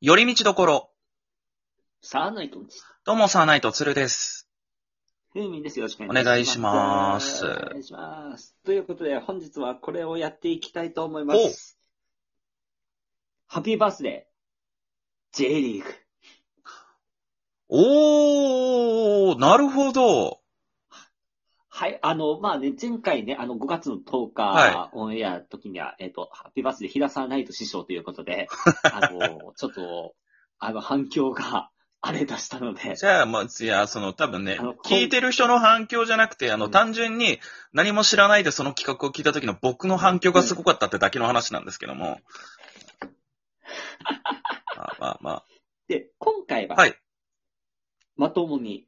寄り道どころ。サーナイトです。どうも、サーナイト、つるです。ふうみんです。よろしくおお願いしますお願いします。ということで、本日はこれをやっていきたいと思います。ハッピーバースデー、J リーグ。おー、なるほど。はい、あの、まあね、前回ね、あの、5月の10日、はオンエアの時には、えっ、と、ハッピーバースデー、平沢ナイト師匠というこ とで、あの、ちょっと、あの、反響が荒れ出したので、じゃあ、まあ、いや、その、多分ねあの、聞いてる人の反響じゃなくて、あの、うん単純に何も知らないでその企画を聞いた時の僕の反響がすごかったってだけの話なんですけど も。まあまあまで、今回あ。は、はい。まともに、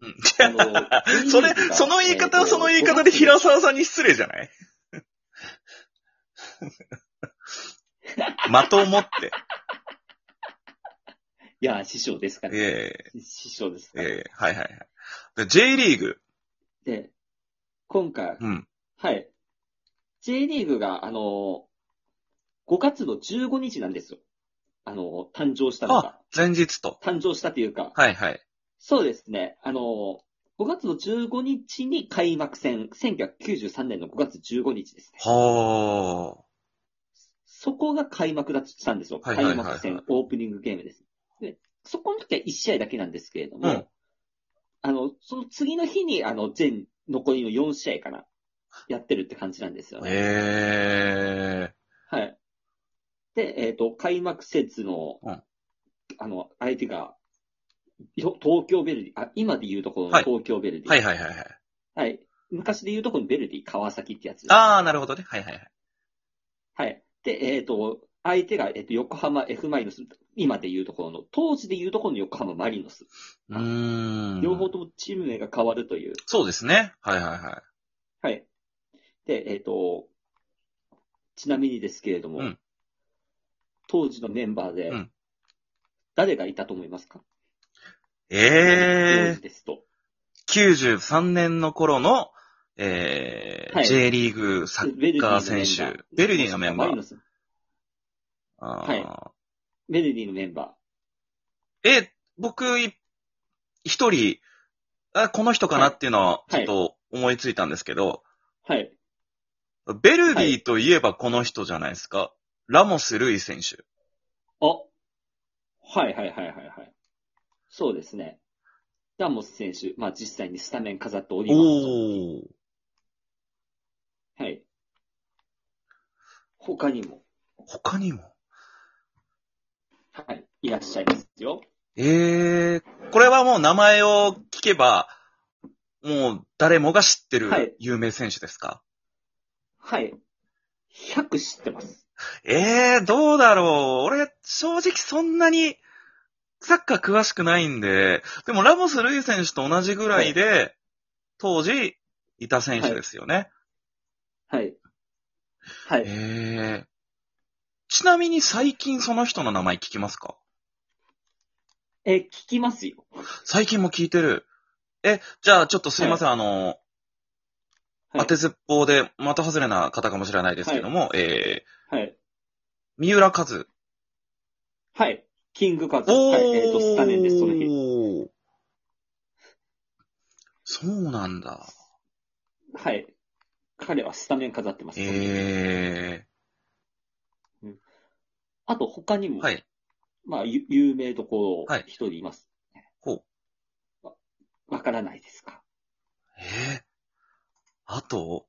うんあの J リーグが それ、その言い方はその言い方でえ平っと沢さんに失礼じゃ ないまともって。いや、師匠ですから、え師匠ですえから。ええはいはいはい。で J リーグ。で、今回、うん。はい。J リーグが、あの、5月の15日なんですよ。あの、誕生したのがあ。、前日と。誕生したというか、はいはい。そうですね。あの、5月の15日に開幕戦、1993年の5月15日ですね。はあ。そこが開幕だとしたんですよ。はいはいは開いはい幕戦、オープニングゲームです。でそこの時は1試合だけなんですけれども、うんあの、その次の日に、あの、全、残りの4試合かな、やってるって感じなんですよね。ええはい。で、えっ、と、開幕節の、うんあの、相手が、よ東京ベルディ、あ、今で言うところのはい東京ベルディ。はいい。はいはいはい。昔で言うところのベルディ、川崎ってやつ。ああ、なるほどね。はいはいはい。はい。で、えっ、と、相手が、えっ、と、横浜 F マリノス、今で言うところの、当時で言うところの横浜マリノス。うーん。両方ともチーム名が変わるという。そうですね。はいはいははい。で、えっ、と、ちなみにですけれども、うん当時のメンバーで、うん誰がいたと思いますかい。え当時ですと。えー、93年の頃の、えーはい J リーグサッカー選手。ベルディのメンバマリノー。スあはーいベルディのメンバえ、僕、い一人、あ、この人かなっていうのは、ちょはっいと思いついたんですけど、ー。はい。ベルディといえばこの人じゃないですか。ラモス・ルイ選手。あ。はいはいはいはいはい。そうですね。ラモス選手、まあ実際にスタメン飾っておりまおー。す。はい。他にも、他にも。はい、いらっしゃいますよ。ええこれはもう名前を聞けば、もう誰もが知ってはいる有名選手ですか、はい。100知ってます。ええどうだろう俺、正直そんなにサッカー詳しくないんで、でもラモス・ルイ選手と同じぐらいで、当時、いた選手ですよね。はい。はい。ええちなみに最近その人の名前聞きますかえ、聞きますよ。最近も聞いてる。え、じゃあちょっとすいません、あの、はい当てずっぽうで的外れな方かもしれないですけども、えー、はい。三浦和。ズはい。キングカズ。はい。えっ、と、スタメンです、その日。そうなんだ。はい。彼はスタメン飾ってます。えあと他にー、も、はい。まあ、ゆ有名どころはい、一人います。ほう。わからないですかえー、あと、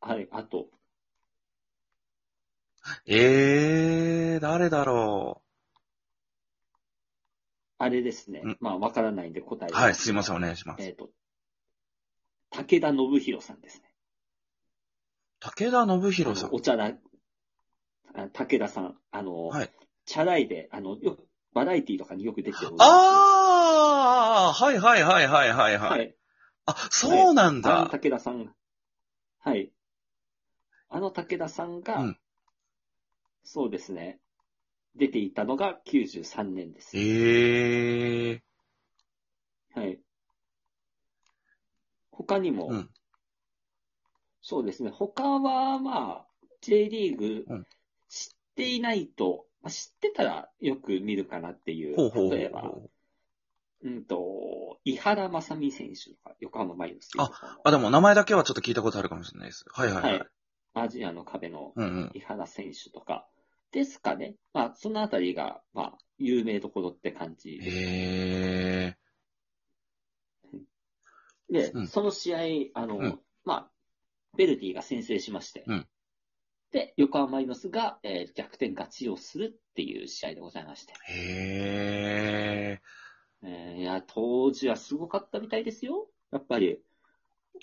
はい。あと、えー、誰だろあれですねうん。まあ、わからないんで答えう。はい、すいません、おん。願いします。えっ、と、武田信弘さんですね。武田信弘さあんの。お茶だ、あ武田さん。あの、はいチャラいで、あの、よく、バラエティとかによく出てる。あー、はいはいはいはいはいはい。はい。あ、そうなんあのだ。武田さん、はい。あの武田さんが、うんそうですね、出ていたのが93年です。ええはい。他にも、うんそうですね、他は、まあ、J リーグうん知っていないと、まあ、知ってたらよく見るかなっていう。ほうほうほう例えば、うんと、伊原正美選手とか、横浜マイノスとかあ、でも名前だけはちょっと聞いたことあるかもしれないです。はいはいは。はいい。アジアの壁のうんうん。伊原選手とか、ですかね。まあ、そのあたりが、まあ、有名どころって感じへえ。で、うんその試合、あの、うんまあ、ベルディが先制しまして、うんで、横浜マリノスが、えー逆転勝ちをするっていう試合でございまして、へえ。えーいや、当時はすごかったみたいですよ。やっぱり、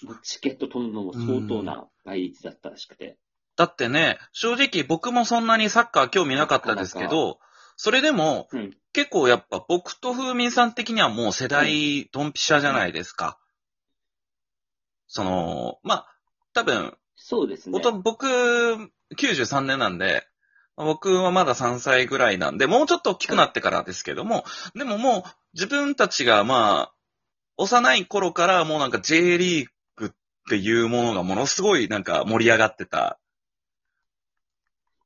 もうチケット取るのも相当な倍率だったらしくて、だってね、正直僕もそんなにサッカー興味なかったですけなかど、それでも、うん結構やっぱ僕と風民さん的にはもう世代ドンピシャじゃないですか。その、まあ、多分、そうですねお。と僕、93年なんで、僕はまだ3歳ぐらいなんで、もうちょっと大きくなってからですけども、でももう自分たちがまあ、幼い頃からもうなんか J リーグっていうものがものすごいなんか盛り上がってた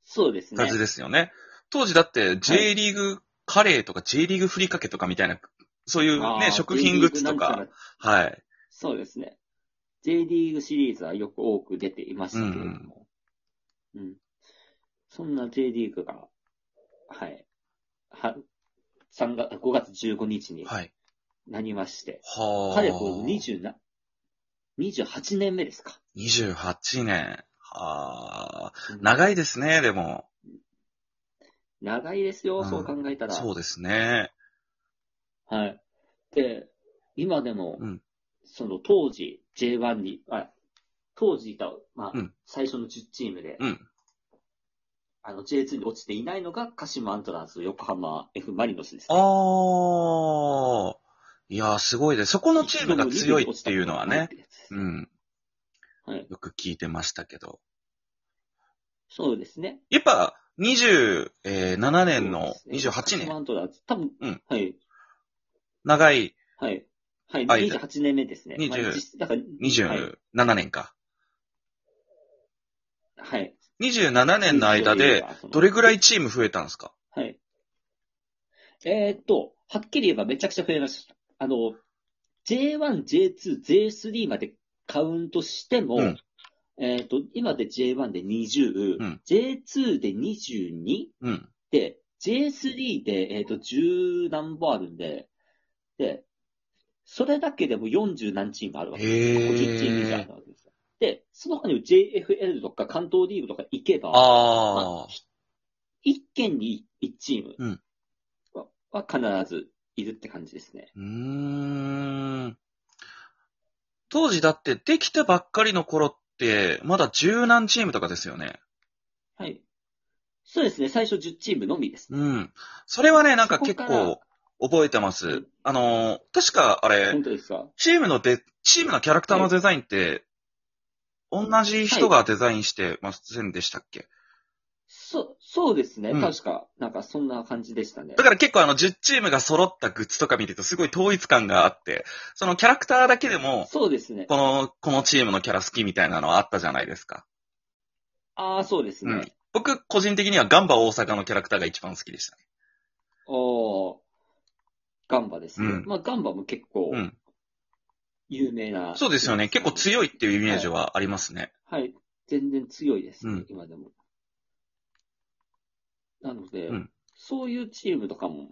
そうですね感。じですよね。当時だって J リーグカレーとか J リーグふりかけとかみたいな、そういうあーね、食品グッズと。 J リーグなんか、らはい。そうですね。J リーグシリーズはよく多く出ていましたけれども、うん、そんな J リーグが、はい、は、3月、5月15日にはい。なりまして、はあ。彼はこれ20な、28年目ですか。 28年。はあ。うん長いですね、でも。長いですよ、うんそう考えたら。そうですね。はい。で、今でも、うんその当時 J1 に、あ当時いた、まあ、うん最初の10チームで、うん。あの J2 に落ちていないのが鹿島アントラーズ、横浜 F ・マリノスです、ね。ああ。いやー、すごいです。そこのチームが強いっていうのはね。。うん。はいよく聞いてましたけど。そうですね。やっぱ、27年のそうですね鹿28島年、アントラーズ、多分、うんはい、長いはい、はい、はい28年目ですね。 20まあ実質だからはい、 27年か。はい。 27年の間で、どれぐらいチーム増えたんですかはい。えーっと、はっきり言えばめちゃくちゃ増えました。あの、J1、J2、J3 までカウントしても、うんえーっと、今で J1 で20、うん J2 で22うん。で、J3 で、えーっと、10何本あるんで、で、それだけでも40何チームあるわけです。へー50チーム以上あるわけですよ。で、その他にも JFL とか関東リーグとか行けば、ああ。一軒に一チーうんムは,、は必ずいるって感じですね。うーん。当時だって、できたばっかりの頃って、まだ十何チームとかですよね。はい。そうですね、最初10チームのみですね。うん。それはね、なんかそこ結から構覚えてまうすん。あのー、確かあれ本、当ですかチームので、チームのキャラクターのデザインって、同じ人がデザインしてませんでしたっけ、そ、そうですね、うん確か、なんかそんな感じでしたねだ。から結構あの10チームが揃ったグッズとか見るとすごい統一感があって、そのキャラクターだけでも、そうですね。この、このチームのキャラ好きみたいなのはあったじゃないですか。ああ、そうですね。うん僕、個人的にはガンバ大阪のキャラクターが一番好きでしたね。おーガンバですね。うんまあ、ガンバも結構うん。有名な、そうですよね。結構強いっていうイメージはありますね。はい。全然強いですね、うん今でも。なので、うんそういうチームとかも、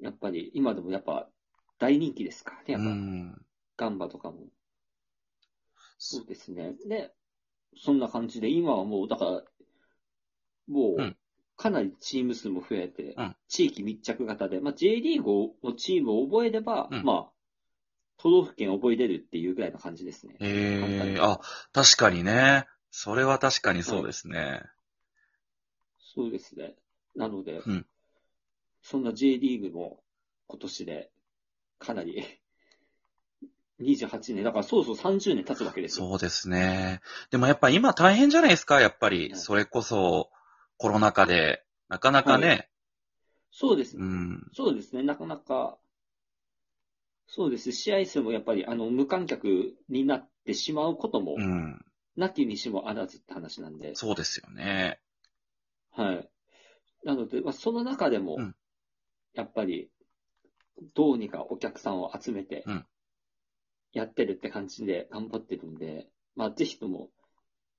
やっぱり、今でもやっぱ、大人気ですからね、やうっぱ、ん。ガンバとかも。そうですね。で、そんな感じで、今はもう、だから、もうんう、かなりチーム数も増えて、うん地域密着型で、まあ、J リーグのチームを覚えれば、うんまあ、都道府県を覚えれるっていうぐらいの感じですね。簡単えにえあ、確かにね。それは確かにそうですね。そうですね。なので、うんそんな J リーグも今年でかなり28年、だからそうそう30年経つわけですよ。そうですね。でもやっぱ今大変じゃないですか、やっぱり。はいそれこそ、コロナ禍で、なかなかね、はそうですうね。ん。そうですね。なかなか、そうです。試合数もやっぱりあの無観客になってしまうこともう、ん。なきにしもあらずって話なんで、そうですよね。はい。なので、まあ、その中でもうん、やっぱり、どうにかお客さんを集めてうん、やってるって感じで頑張ってるんで、まあ、ぜひとも、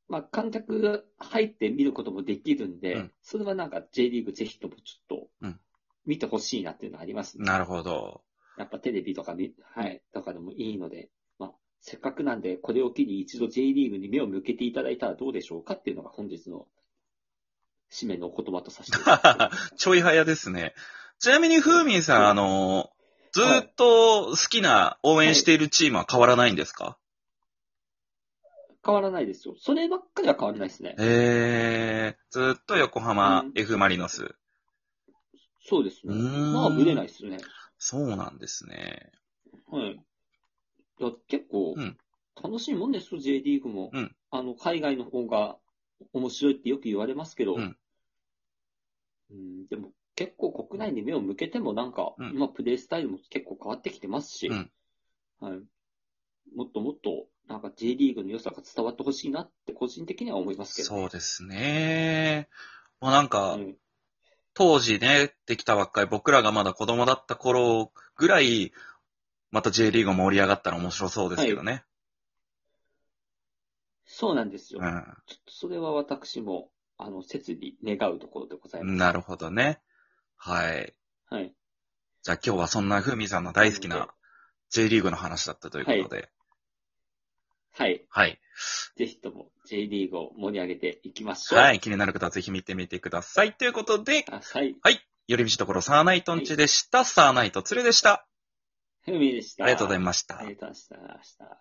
まあ、観客が入って見ることもできるんで、うんそれはなんか J リーグぜひともちょうっんと、見てほしいなっていうのはありますね。なるほど。 やっぱテレビとかに、はい、とかでもいいので、まあ、せっかくなんで、これを機に一度 J リーグに目を向けていただいたらどうでしょうかっていうのが本日の締めのお言葉とさせていただきます。ちょい早ですね。ちなみに、ふうみんさん、あの、ずーっと好きな応援しているチームは変わらないんですか、変わらないですよ。そればっかりは変わらないですね。えー、ずーっと横浜うん F ・マリノス。そうですね。うーんまあ、ぶれないですね。そうなんですね。はい。いや結構うん、楽しいもんですよ、J リーグも。うんあの、海外の方が面白いってよく言われますけど、うんうんでも結構国内に目を向けてもなんか、うん今プレイスタイルも結構変わってきてますし、うんはい、もっともっとなんか J リーグの良さが伝わってほしいなって個人的には思いますけど。そうですね。まあなんか、うん当時ね、できたばっかり、僕らがまだ子供だった頃ぐらい、また J リーグ盛り上がったら面白そうですけどね。そうなんですよ。うん。ちょっとそれは私も、あの、切に願うところでございます。なるほどね。はい。はい。じゃあ今日はそんなふみさんの大好きな J リーグの話だったということで。はい。はい。ぜひとも J リーグを盛り上げていきましょう。はい。気になる方はぜひ見てみてください。ということで、あ。はい。寄り道ところサーナイトンチでした。サーナイトツレでした。ふみでした。ありがとうございましたあ。りがとうございました。